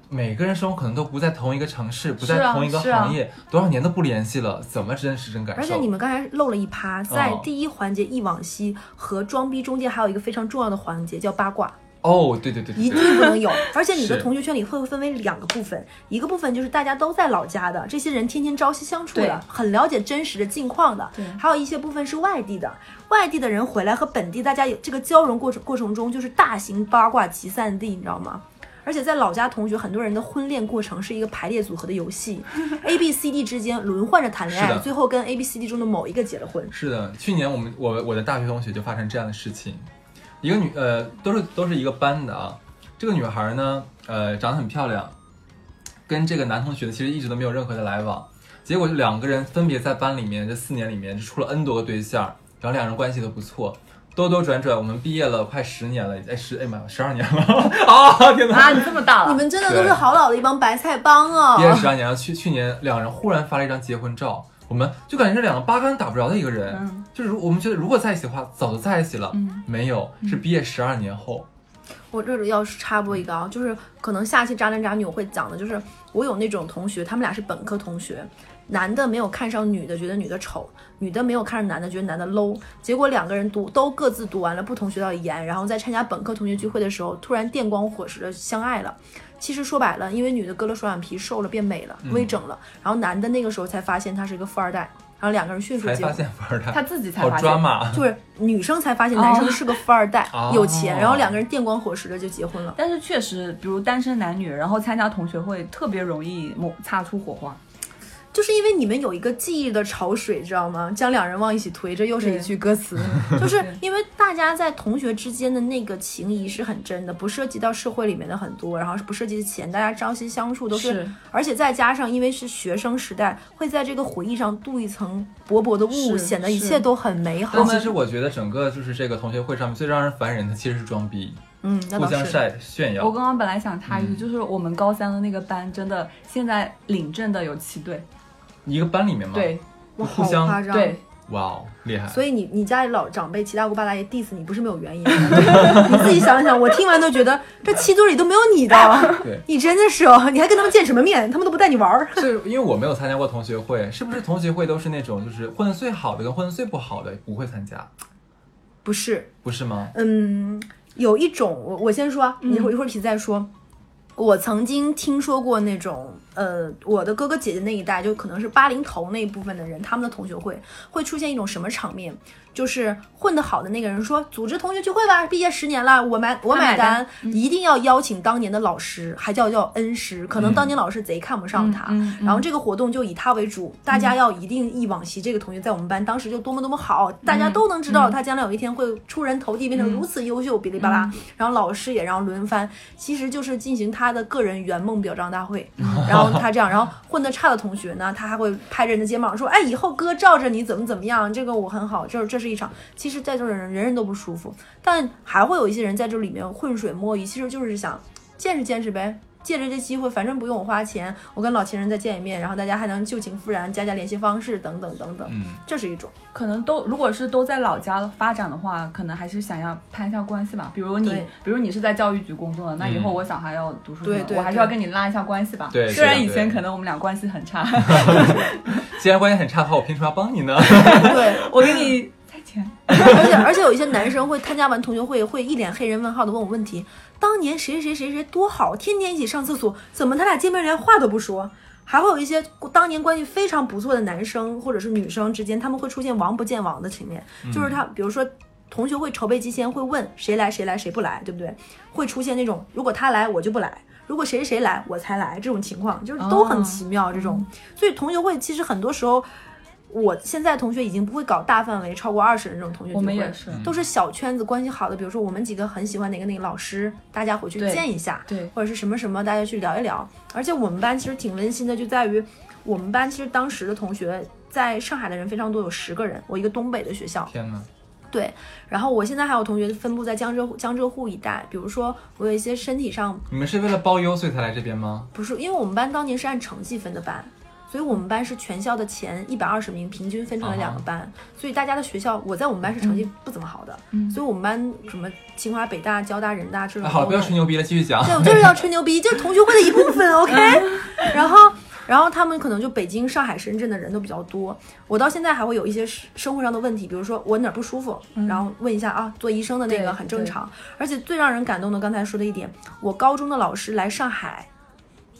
B: 每个人生活可能都不在同一个城市，不在
C: 是啊
B: 同一个
C: 是啊
B: 行业，多少年都不联系了，怎么真实真感受？哦
A: 而且你们刚才漏了一趴，在第一环节忆往昔和装逼中间还有一个非常重要的环节叫八卦，
B: 哦，对对对
A: 一
B: 对
A: 定
B: 对，
A: 不能 有。而且你的
B: 是
A: 同学圈里会分为两个部分，一个部分就是大家都在老家的，这些人天天朝夕相处的，
C: 对
A: 很了解真实的近况的
C: 对；
A: 还有一些部分是外地的，外地的人回来和本地大家有这个交融过程过程中，就是大型八卦集散地，你知道吗？而且在老家同学，很多人的婚恋过程是一个排列组合的游 戏，A、B、C、D 之间轮换着谈恋
B: 是
A: 爱，
B: 的
A: 最后跟 A、B、C、D 中的某一个结了婚。
B: 是的。去年我们我我的大学同学就发生这样的事情，一个女呃都是都是一个班的啊，这个女孩呢呃长得很漂亮，跟这个男同学其实一直都没有任何的来往，结果两个人分别在班里面这四年里面就处了 N 多个对象，然后两人关系都不错。兜兜转转，我们毕业了快十年了，哎十哎妈呀十二年了 啊！天哪，
C: 啊，你这么大
A: 你
C: 了，
A: 们真的都是好老的一帮白菜帮啊！
B: 毕业十二年了。去去年两人忽然发了一张结婚照，我们就感觉这两个八竿打不着的一个人，
C: 嗯
B: 就是如我们觉得如果在一起的话，早就在一起了。
C: 嗯
B: 没有，是毕业十二年后。
A: 我这里要是插播一个啊，就是可能下期渣男渣女我会讲的，就是我有那种同学，他们俩是本科同学，男的没有看上女的，觉得女的丑；女的没有看上男的，觉得男的 low。结果两个人读都各自读完了不同学校的研，然后在参加本科同学聚会的时候，突然电光火石的相爱了。其实说白了，因为女的割了双眼皮，瘦了变美
B: 嗯
A: 了，微整了，然后男的那个时候才发现他是一个富二代，然后两个人迅速
B: 才
A: 结
B: 发
A: 婚。
B: 现富 二
C: 他
B: 代，
C: 自己才
B: 好
C: 发
B: 抓
C: 现。
B: 马。
A: 就是女生才发现男生是个富二代，
B: 哦
A: 有钱，然后两个人电光火石的就结婚了。
C: 但是确实，比如单身男女，然后参加同学会，特别容易摩擦出火花。
A: 就是因为你们有一个记忆的潮水，知道吗？将两人往一起推，这又是一句 歌词。就是因为大家在同学之间的那个情谊是很真的，不涉及到社会里面的很多，然后是不涉及钱，大家朝夕相处都是，
C: 是
A: 而且再加上因为是学生时代，会在这个回忆上镀一层薄薄的雾，
C: 是
A: 显得
C: 是
A: 一切都很美好
B: 但。其实我觉得整个就是这个同学会上面最让人烦人的其实是装逼，
A: 嗯，那
B: 互
A: 倒
B: 相
A: 是。
B: 晒炫
C: 我
B: 耀。
C: 刚刚本来想插一句，
B: 嗯
C: 就是我们高三的那个班，真的现在领证的有七对，
B: 一个班里面嘛，
C: 对
A: 哇，
B: 互
A: 好
B: 相
A: 夸张。啊
C: 对，
B: 哇哦，厉害！
A: 所以你你家里老长辈七大姑八大姨 diss 你不是没有原因 的，你自己想想，我听完都觉得这七堆里都没有你的
B: 对，
A: 你真的是哦，你还跟他们见什么面？他们都不带你玩儿。
B: 是因为我没有参加过同学会，是不是同学会都是那种就是混得最好的跟混得最不好的不会参加，
A: 不是，
B: 不是吗？
A: 嗯，有一种我我先说啊，
C: 嗯
A: 你一会儿一会儿皮再说。我曾经听说过那种，呃，我的哥哥姐姐那一代，就可能是八零头那一部分的人，他们的同学会会出现一种什么场面？就是混得好的那个人说，组织同学聚会吧，毕业十年了，我买我
C: 他买
A: 买单
C: 单，嗯
A: 一定要邀请当年的老师，还叫叫恩师，可能当年老师贼看不上他，
C: 嗯嗯嗯
A: 然后这个活动就以他为主，大家要一定忆往昔这个同学在我们班当时就多么多么好，大家都能知道他将来有一天会出人头地，变成如此优秀，哔哩吧啦。然后老师也让轮番，其实就是进行他的个人圆梦表彰大会。然后他这样，然后混得差的同学呢，他还会拍着人的肩膀说：“哎，以后哥罩着你，怎么怎么样，这个我很好。”这这是一场，其实在座的人人人都不舒服，但还会有一些人在这里面浑水摸鱼，其实就是想见识见识呗。借着这机会，反正不用我花钱，我跟老情人再见一面，然后大家还能旧情复燃，加加联系方式等等等等，
B: 嗯，
A: 这是一种。
C: 可能都如果是都在老家发展的话，可能还是想要攀一下关系吧。比如你
A: 对，
C: 比如你是在教育局工作的，那以后我小孩要读书什么的，
A: 对对
C: 我还是要跟你拉一下关系吧。
B: 嗯对
C: 虽然
B: 是的
C: 以前
B: 对
C: 可能我们俩关系很 差，
B: 既然关系很差的话，我凭什么要帮你呢？
A: 对，
C: 我 给你塞钱。
A: 而且而且有一些男生会参加完同学会，会一脸黑人问号的问我问题：当年谁谁谁谁多好，天天一起上厕所，怎么他俩见面连话都不说？还会有一些当年关系非常不错的男生或者是女生之间，他们会出现王不见王的情面，就是他，比如说。同学会筹备期间会问谁来谁来谁不来，对不对？会出现那种如果他来我就不来，如果谁谁谁来我才来这种情况，就是都很
C: 哦
A: 奇妙这种。所以同学会其实很多时候，我现在同学已经不会搞大范围超过二十人这种同学聚
C: 我
A: 会，
C: 们也是，
A: 都是小圈子关系好的，比如说我们几个很喜欢哪个哪个老师，大家回去
C: 对
A: 见一下，
C: 对，
A: 或者是什么什么，大家去聊一聊。而且我们班其实挺温馨的，就在于我们班其实当时的同学在上海的人非常多，有十个人，我一个东北的学校，
B: 天哪，
A: 对。然后我现在还有同学分布在江浙沪江浙沪一带，比如说我有一些身体上
B: 你们是为了包邮所以才来这边吗？
A: 不是，因为我们班当年是按成绩分的班，所以我们班是全校的前一百二十名平均分成了
B: 啊
A: 两个班所以大家的学校，我在我们班是成绩不怎么好的，
C: 嗯
A: 所以我们班什么清华、北大、交大、人大这种、
B: 啊、好了，不要吹。牛逼了，继续讲。
A: 对，
C: 啊
A: 我就是要吹牛逼，这是同学会的一部 分，OK。然后，然后他们可能就北京、上海、深圳的人都比较多。我到现在还会有一些生生活上的问题，比如说我哪儿不舒服，然后问一下啊，做医生的那
C: 嗯对
A: 个很正
C: 对
A: 常。而且最让人感动的，刚才说的一点，我高中的老师来上海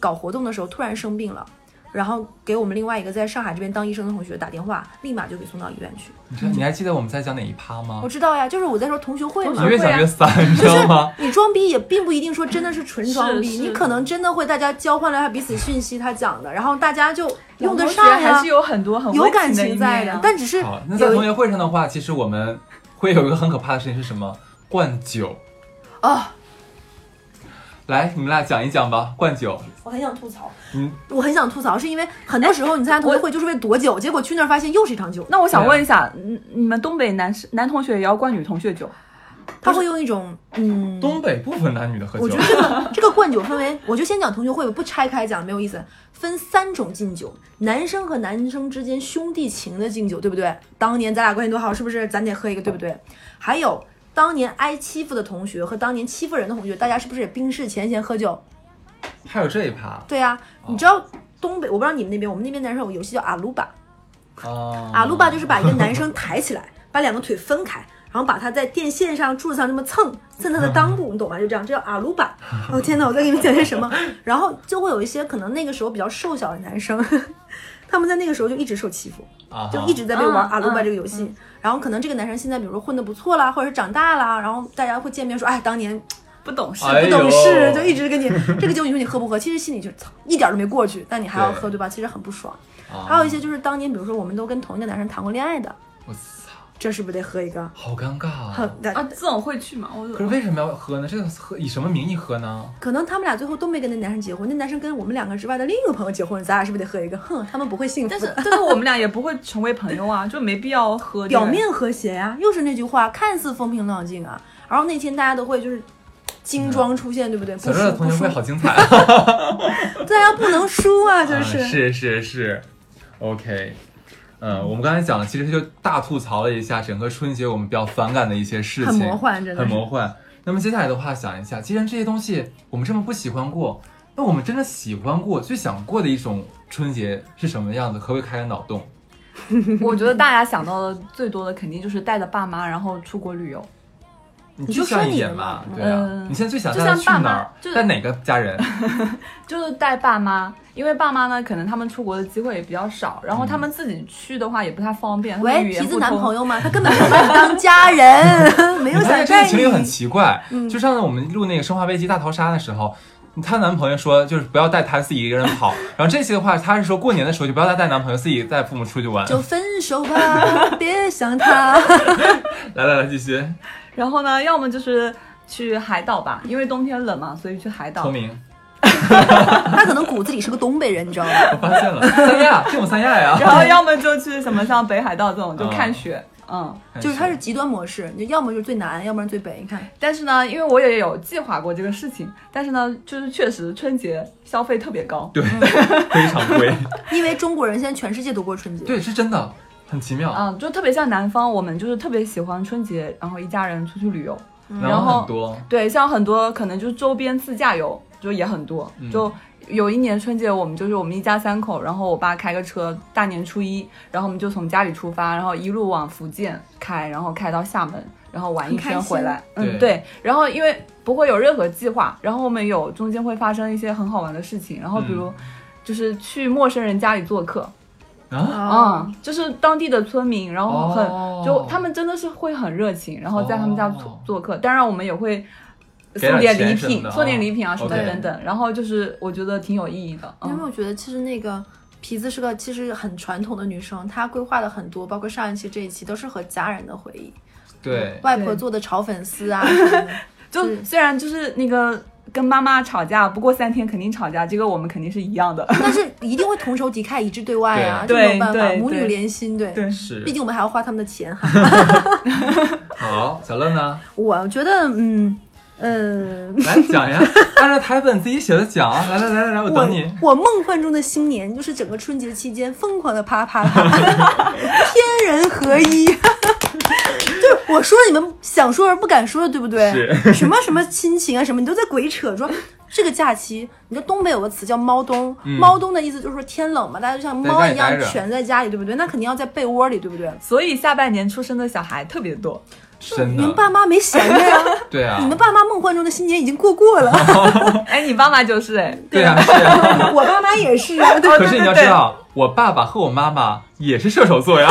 A: 搞活动的时候突然生病了。然后给我们另外一个在上海这边当医生的同学打电话，立马就给送到医院去。
B: 你知道你还记得我们在讲哪一趴吗
A: 我？知道呀，就是我在说啊同学会嘛，
B: 你越讲越散，你知道 吗？
A: 你装逼也并不一定说真的是纯装 逼，
C: 是是
A: 你可能真的会大家交换了一下彼此讯息，他讲的，然后大家就用得
C: 同学
A: 上呀、
C: 还是有很多很
A: 有
C: 温
A: 感
C: 的一
A: 情在
C: 面
A: 的
C: 啊。
A: 但只是
B: 好，那在同
A: 有一
B: 学会上的话，其实我们会有一个很可怕的事情是什么？灌酒。
A: 哦，
B: 来，你们俩讲一讲吧，灌酒。
A: 我很想吐槽，
B: 嗯，
A: 我很想吐槽，是因为很多时候你参加同学会就是为躲酒，结果去那儿发现又是一场酒，
C: 那我想问一下，嗯你们东北男生男同学也要灌女同学酒？
A: 他会用一种嗯，
B: 东北不分男女的喝
A: 我
B: 酒
A: 觉得。这个 这个灌酒分为，我就先讲同学会吧，不拆开讲没有意思。分三种敬酒，男生和男生之间兄弟情的敬酒，对不对？当年咱俩关系多好，是不是？咱得喝一个，对不对？还有当年挨欺负的同学和当年欺负人的同学，大家是不是也冰释前嫌喝酒？
B: 还有这一趴
A: 对呀、你知道东北，我不知道你们那边，我们那边男生有个游戏叫阿鲁巴，
B: 哦，
A: 啊阿鲁巴就是把一个男生抬起来，把两个腿分开，然后把他在电线上、柱子上这么蹭蹭他的裆部，你懂吗？就这样，这叫阿鲁巴。哦天哪，我在给你们讲些什么？然后就会有一些可能那个时候比较瘦小的男生，他们在那个时候就一直受欺负，
B: 啊哈，
A: 就一直在被玩
C: 嗯
A: 阿鲁巴
C: 嗯
A: 这个游戏。然后可能这个男生现在比如说混得不错啦，或者是长大啦，然后大家会见面说，哎，当年
C: 不懂事，
B: 哎
A: 不
B: 呦
A: 懂事，就一直跟你这个酒，你说你喝不喝？其实心里就操，一点儿都没过去，但你还要喝，
B: 对
A: 对吧？其实很不爽。
B: 啊
A: 还有一些就是当年，比如说我们都跟同一个男生谈过恋爱的，
B: 我操，
A: 这是不是得喝一个？
B: 好尴尬啊！
A: 很
C: 啊，
A: 的，
C: 这种会去吗？我
B: 可是为什么要喝呢？这个喝以什么名义喝呢？
A: 可能他们俩最后都没跟那男生结婚，那男生跟我们两个之外的另一个朋友结婚，咱俩是不是得喝一个？哼，他们不会 幸福
C: 但
A: 的。
C: 是但是我们俩也不会成为朋友啊，就没必要喝这个。
A: 表面和谐呀、又是那句话，看似风平浪静啊，然后那天大家都会就是精装出现，对不对？
B: 嗯小
A: 不
B: 时候
A: 输
B: 的同
A: 不
B: 学
A: 输
B: 会，好精彩啊！
A: 大家不能输啊， 就是。
B: 啊是是是，OK。嗯，我们刚才讲了，其实就大吐槽了一下整个春节我们比较反感的一些事情，
A: 很魔幻，真的
B: 很
A: 是
B: 魔幻。那么接下来的话，想一下，既然这些东西我们这么不喜欢过，那我们真的喜欢过、最想过的一种春节是什么样子？可不可以开开脑洞？
C: 我觉得大家想到的最多的肯定就是带着爸妈，然后出国旅游。
B: 你
A: 就
B: 就
A: 说
B: 像一
A: 你
B: 点
A: 的
B: 嘛
A: 嘛，
B: 对啊，
C: 嗯
B: 你现在最想
C: 就
B: 带他
C: 像
B: 去
C: 爸
B: 哪
C: 妈
B: 儿
C: 就？是
B: 带哪个家 人？
A: 啊
C: 就是带爸妈，因为爸妈呢，可能他们出国的机会也比较少，然后他们自己去的话也不太方便，他们
A: 喂，
C: 语言
A: 皮
C: 不通
A: 子男朋友吗？他根本没有把你当家 人，没有
B: 你发
A: 想
B: 现这
A: 带
B: 个情
A: 你
B: 侣很奇怪，
A: 嗯
B: 就上次我们录那个《生化危机大逃杀》的时候。她男朋友说，就是不要带她自己一个人 跑。然后这些的话，她是说过年的时候就不要再带男朋友，自己带父母出去玩。
A: 就分手吧，别想他。
B: 来来来，继续，
C: 然后呢，要么就是去海岛吧，因为冬天冷嘛，所以去海 岛
B: 聪。明，
A: 他可能骨子里是个东北人，你知道吗？
B: 我发现了，三亚这种三亚呀，
C: 然后要么就去什么像北海道这种，就
B: 嗯
C: 看雪。嗯，
A: 就是它是极端模式，你就要么就是最南，要不然最北。你看，
C: 但是呢，因为我也有计划过这个事情，但是呢，就是确实春节消费特别高，
B: 对非常贵，
A: 因为中国人现在全世界都过春节，
B: 对，是真的，很奇妙。
C: 嗯，就特别像南方，我们就是特别喜欢春节，然后一家人出去旅游。
B: 然
C: 后
B: 很多，
C: 对，像很多可能就是周边自驾游就也很多，
B: 嗯
C: 就有一年春节我们就是我们一家三口，然后我爸开个车，大年初一，然后我们就从家里出发，然后一路往福建开，然后开到厦门，然后玩一
A: 很开
C: 圈回
A: 心
C: 来。
B: 对
C: 嗯，对。然后因为不会有任何计划，然后我们有中间会发生一些很好玩的事情，然后比如
B: 嗯
C: 就是去陌生人家里做客，
B: 啊，
A: 啊、
C: 嗯，就是当地的村民，然后很、
B: 哦
C: 就他们真的是会很热情，然后在他们家
B: 哦
C: 做做客。当然我们也会
B: 给
C: 送点
B: 点钱
C: 礼
B: 什么
C: 品
B: 的，
C: 送点
B: 哦
C: 礼品啊什么
B: OK
C: 等等。然后就是我觉得挺有意义的，
A: 因为
C: 嗯
A: 我觉得其实那个皮子是个其实很传统的女生，她规划的很多，包括上一期这一期都是和家人的回忆，
B: 对，
A: 外婆
C: 对
A: 做的炒粉丝啊什么的，
C: 就是虽然就是那个跟妈妈吵架，不过三天肯定吵架，这个我们肯定是一样的。
A: 但是一定会同仇敌忾，一致对外啊，这
C: 对
A: 没有办法，
C: 对
A: 母女
C: 对
A: 连心，对。
C: 对
B: 是
A: 毕。竟我们还要花他们的钱哈。
B: 好，小乐呢？
A: 我觉得，嗯，呃，
B: 来讲呀，按照台本自己写的讲啊。来来来来来，我
A: 我
B: 等你。
A: 我梦幻中的新年就是整个春节期间疯狂的啪啪啪， 天人合一。 就是我说你们想说而不敢说的，对不对？
B: 是
A: 什么什么亲情啊什么，你都在鬼扯说。这个假期，你知道东北有个词叫“猫冬”，
B: 嗯
A: 猫冬的意思就是说天冷嘛，大家就像猫一
B: 在家里
A: 样
B: 待着
A: 蜷在家里，对不对？那肯定要在被窝里，对不对？
C: 所以下半年出生的小孩特别 多，
B: 真
A: 你们
B: 的，
A: 爸妈没闲着呀，
B: 对啊，
A: 你们爸妈梦幻中的新年已经过过 了。
C: 哎，你爸妈就是哎，
B: 对啊，是啊。
A: 我爸妈也是啊，
C: 哦
B: 可是你要知，道，我爸爸和我妈妈也是射手座呀。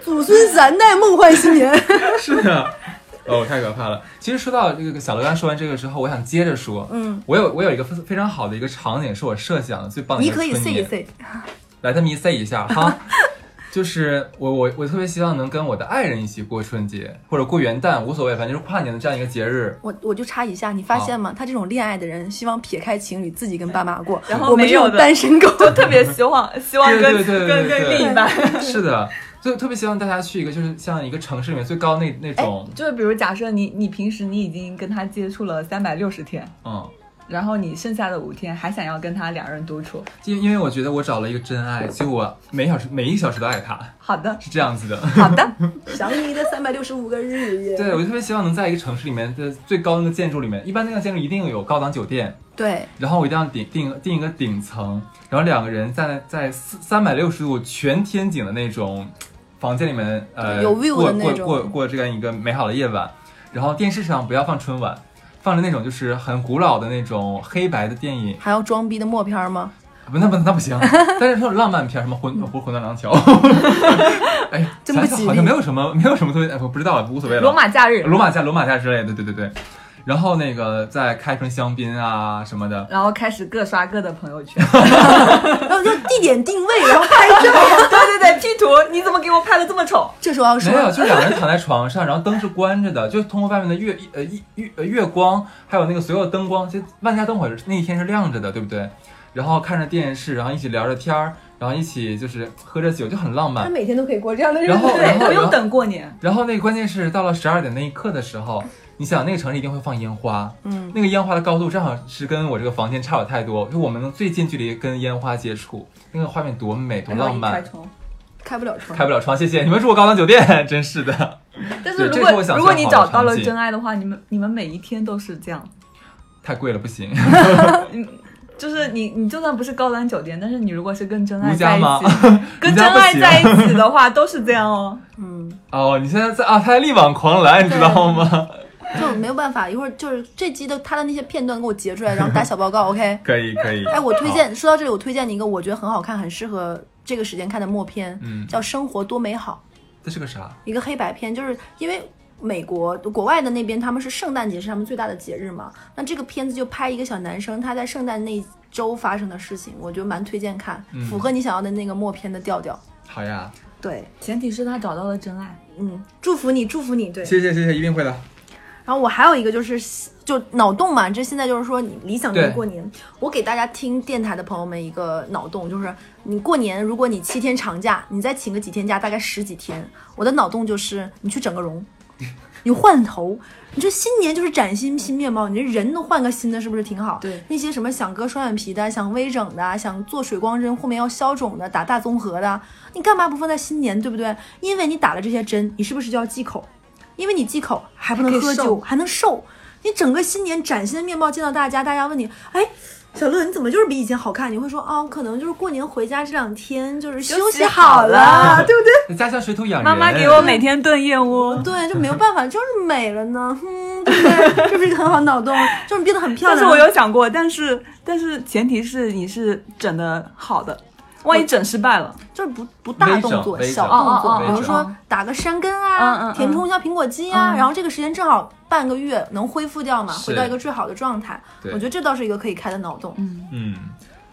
A: 祖孙三代梦幻新年。
B: 是的，哦，太可怕了。其实说到这个小刘刚说完这个之后，我想接着说，
A: 嗯，
B: 我有我有一个非非常好的一个场景，是我设想的最哦棒的一
A: 你
B: 个
A: 可
B: 春
A: 以
B: 夜。
A: say 一 say，
B: 来，他们一 say 一下哈。就是我我我特别希望能跟我的爱人一起过春节，或者过元旦，无所谓，反正就是跨年的这样一个节 日。
A: 我我就插一下，你发现
B: 啊
A: 吗？他这种恋爱的人，希望撇开情侣，自己跟爸妈过，
C: 然后
A: 我们
C: 没
A: 这
C: 有
A: 种
C: 的
A: 单身狗，
C: 就特别 希望希望跟
B: 对对对对
C: 跟
B: 对
C: 跟
B: 对
C: 另一半。
B: 是的，就特别希望大家去一个就是像一个城市里面最高那那
C: 哎
B: 种，，
C: 就是比如假设你你平时你已经跟他接触了三百六十天，
B: 嗯，
C: 然后你剩下的五天还想要跟他两人独处，
B: 因因为我觉得我找了一个真爱，所以我每小时每一小时都爱他，
C: 好 的，
B: 是这样子的。
C: 好的，
A: 想你的三百六十五个日夜。
B: 对，我就特别希望能在一个城市里面的最高那个建筑里面，一般那个建筑一定有高档酒店，
A: 对
B: 然后我一定要顶定定一个顶层，然后两个人在在四三百六十度全天景的那种房间里面，呃，
A: 有 view
B: 过
A: 的那
B: 过
A: 种
B: 过过这样一个美好的夜晚，然后电视上不要放春晚。放着那种就是很古老的那种黑白的电影，啊
A: 还要装逼的默片吗？
B: 不，那不那不 行。但是说浪漫片，什么魂不是魂断廊桥，哎呀，
A: 真不
B: 想
A: 吉
B: 想好像
A: 利
B: 没有什么没有什么特别，哎我不知道，无所谓了。
C: 罗马假日，
B: 罗马假、罗马假之类的，对对对对。然后那个再开瓶香槟啊什么的，
C: 然后开始各刷各的朋 友圈。
A: 然后就地点定位，然后拍 照。
C: 对对对，P 图，你怎么给我拍的这么丑？
A: 这时候要
B: 没
A: 说，
B: 有，就两个人躺在床上，然后灯是关着的，就通过外面的月呃一月呃月光，还有那个所有灯光，就万家灯火那一天是亮着的，对不对？然后看着电视，然后一起聊着天儿，然后一起就是喝着酒，就很浪漫。
A: 每天都可以过这样的日
B: 然后
C: 对，不
B: 然
C: 用
B: 后
C: 等过年。
B: 然后那个关键是到了十二点那一刻的时候，你想那个城市一定会放烟花，
A: 嗯，
B: 那个烟花的高度正好是跟我这个房间差不太多，就我们能最近距离跟烟花接触，那个画面多美多
C: 然后
B: 浪
C: 一
B: 漫
C: 开。窗。
A: 开不了窗
B: 开。不了窗，谢谢你们住过高档酒店，真是的。
C: 但是
B: 对
C: 如
B: 这是我
C: 果
B: 想
C: 如果
B: 象
C: 你
B: 好的
C: 找到了
B: 场景
C: 真爱的话，你们你们每一天都是这样，
B: 太贵了，不行。
C: 就是你你就算不是高端酒店，但是你如果是跟真
B: 如
C: 爱
B: 家
C: 在一
B: 吗
C: 起， 跟
B: 如
C: 真
B: 家不
C: 爱
B: 行啊
C: 在一起的话都是这样哦。
A: 嗯，
B: 哦，你现在在啊，他在力挽狂澜，你知道
C: 啊
B: 吗？
A: 就没有办法。一会儿就是这集的他的那些片段给我截出来，然后打小报告。OK。
B: 可以可以。
A: 哎，我推荐，说到这里，我推荐你一个我觉得很好看、很适合这个时间看的默片，
B: 嗯
A: 叫《生活多美好》。
B: 好这是个啥？
A: 一个黑白片，就是因为美国国外的那边他们是圣诞节是他们最大的节日嘛，那这个片子就拍一个小男生他在圣诞那一周发生的事情，我觉得蛮推荐看，
B: 嗯
A: 符合你想要的那个默片的调调。
B: 好呀，
A: 对，
C: 前提是他找到了真爱。
A: 嗯，祝福你，祝福你，对。
B: 谢谢谢谢，一定会的。
A: 然后我还有一个就是就脑洞嘛，这现在就是说你理想中的
B: 对
A: 过年，我给大家听电台的朋友们一个脑洞，就是你过年如果你七天长假，你再请个几天假，大概十几天，我的脑洞就是你去整个容，你换头。你这新年就是崭新新面貌，你这人都换个新的，是不是挺好？
C: 对
A: 那些什么想割双眼皮的、想微整的、想做水光针，后面要消肿的、打大综合的，你干嘛不放在新年，对不对？因为你打了这些针，你是不是就要忌口？因为你忌口还不能喝
C: 还可以
A: 酒，
C: 瘦
A: 还能瘦。你整个新年崭新的面貌见到大家，大家问你，哎，小乐你怎么就是比以前好看？你会说啊、可能就是过年回家这两天就是休息
C: 息好
A: 好 了，
C: 了
A: 对不对？
B: 家乡水土养人。
C: 妈妈给我每天炖燕窝，
A: 对，就没有办法，就是美了呢，嗯，对不对？这不是一个很好的脑洞， 就是变得很漂
C: 但
A: 亮。
C: 是我有想过，但是但是前提是你是整的好的，万一整失败了，
A: 就是不不大动作，
B: 微整微整
A: 小动作，
C: 哦哦哦
A: 比如
C: 微
A: 说
C: 整
A: 打个山根啊，
C: 嗯嗯嗯
A: 填充一下苹果肌啊，
C: 嗯
A: 然后这个时间正好半个月能恢复掉嘛，
B: 是
A: 回到一个最好的状态。
B: 对
A: 我觉得这倒是一个可以开的脑洞。
B: 嗯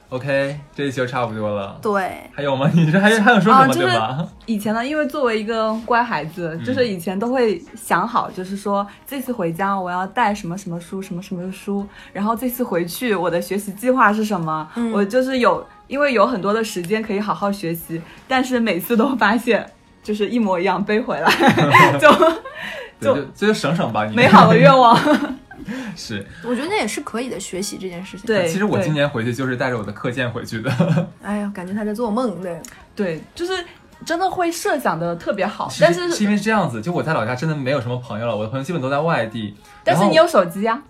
B: ，OK，这一期就差不多了。
A: 对，
B: 还有吗？你这还还想说什
C: 啊
B: 么、
C: 就是
B: 对吧？
C: 以前呢，因为作为一个乖孩子，
B: 嗯
C: 就是以前都会想好，就是说这次回家我要带什么什么书，什么什么书，然后这次回去我的学习计划是什么，
A: 嗯
C: 我就是有，因为有很多的时间可以好好学习，但是每次都发现就是一模一样背 回来，就
B: 对
C: 就
B: 就这就省省吧，你
C: 美好的愿望。
B: 是。
A: 我觉得那也是可以的，学习这件事情。
C: 对
B: 其实我
C: 对哦
B: 今年回去就是带着我的课件回去的，
A: 哎呀，感觉他在做梦。对，
C: 对，就是真的会设想的特别好，
B: 是
C: 但
B: 是
C: 是
B: 因为这样子，就我在老家真的没有什么朋友了，我的朋友基本都在外地。
C: 但是
B: 然后
C: 你有手机啊呀、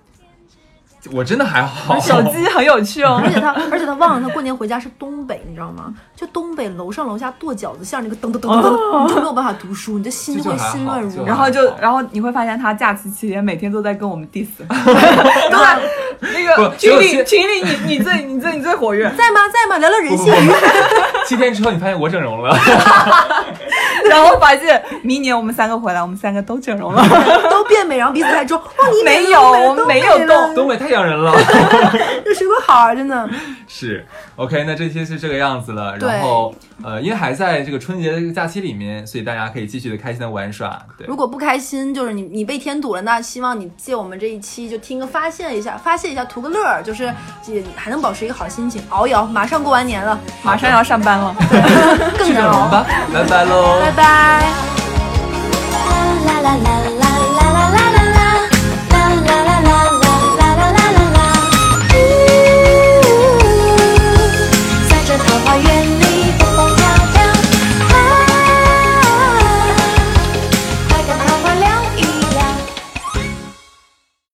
B: 我真的还好，
C: 手机很有趣 哦
A: 而。且他，而且他忘了他过年回家是东北，你知道吗？就东北楼上楼下剁饺子馅儿那个噔噔噔
C: 哦
A: 噔，你就没有办法读书，你的心
B: 这就
A: 会
B: 还
A: 心
B: 好这
A: 乱如
B: 就
A: 麻
C: 然。后就
B: 好，
C: 然后你会发现他假期期间每天都在跟我 们 diss，对，啊那个
B: 不
C: 群
B: 只有
C: 里群里你你最你最你最 活跃，
A: 在吗？在吗？聊聊人性。
B: 七天之后你发现我整容了，
C: 然后发现明年我们三个回来，我们三个都整容了，
A: 都变美，然后彼此在装。哦，你美
C: 没
A: 了
C: 有
A: 我美了
C: 我
A: 都
C: 没有
A: 美
C: 动
A: 了
B: 东北太养人了。
A: 这水果好啊，真的。
B: 是，OK，那这期是这个样子了。
A: 对
B: 然后，呃，因为还在这个春节这个假期里面，所以大家可以继续的开心的玩耍。对
A: 如，果不开心，就是你你被添堵了，那希望你借我们这一期就听个发泄一下，发泄一下，图个乐儿，就是也还能保持一个好心情，熬一熬，马上过完年了，
C: 马上要上班了。
A: 更
B: 去整
A: 难
B: 容
A: 熬。
B: 吧，拜拜喽，
A: 拜拜。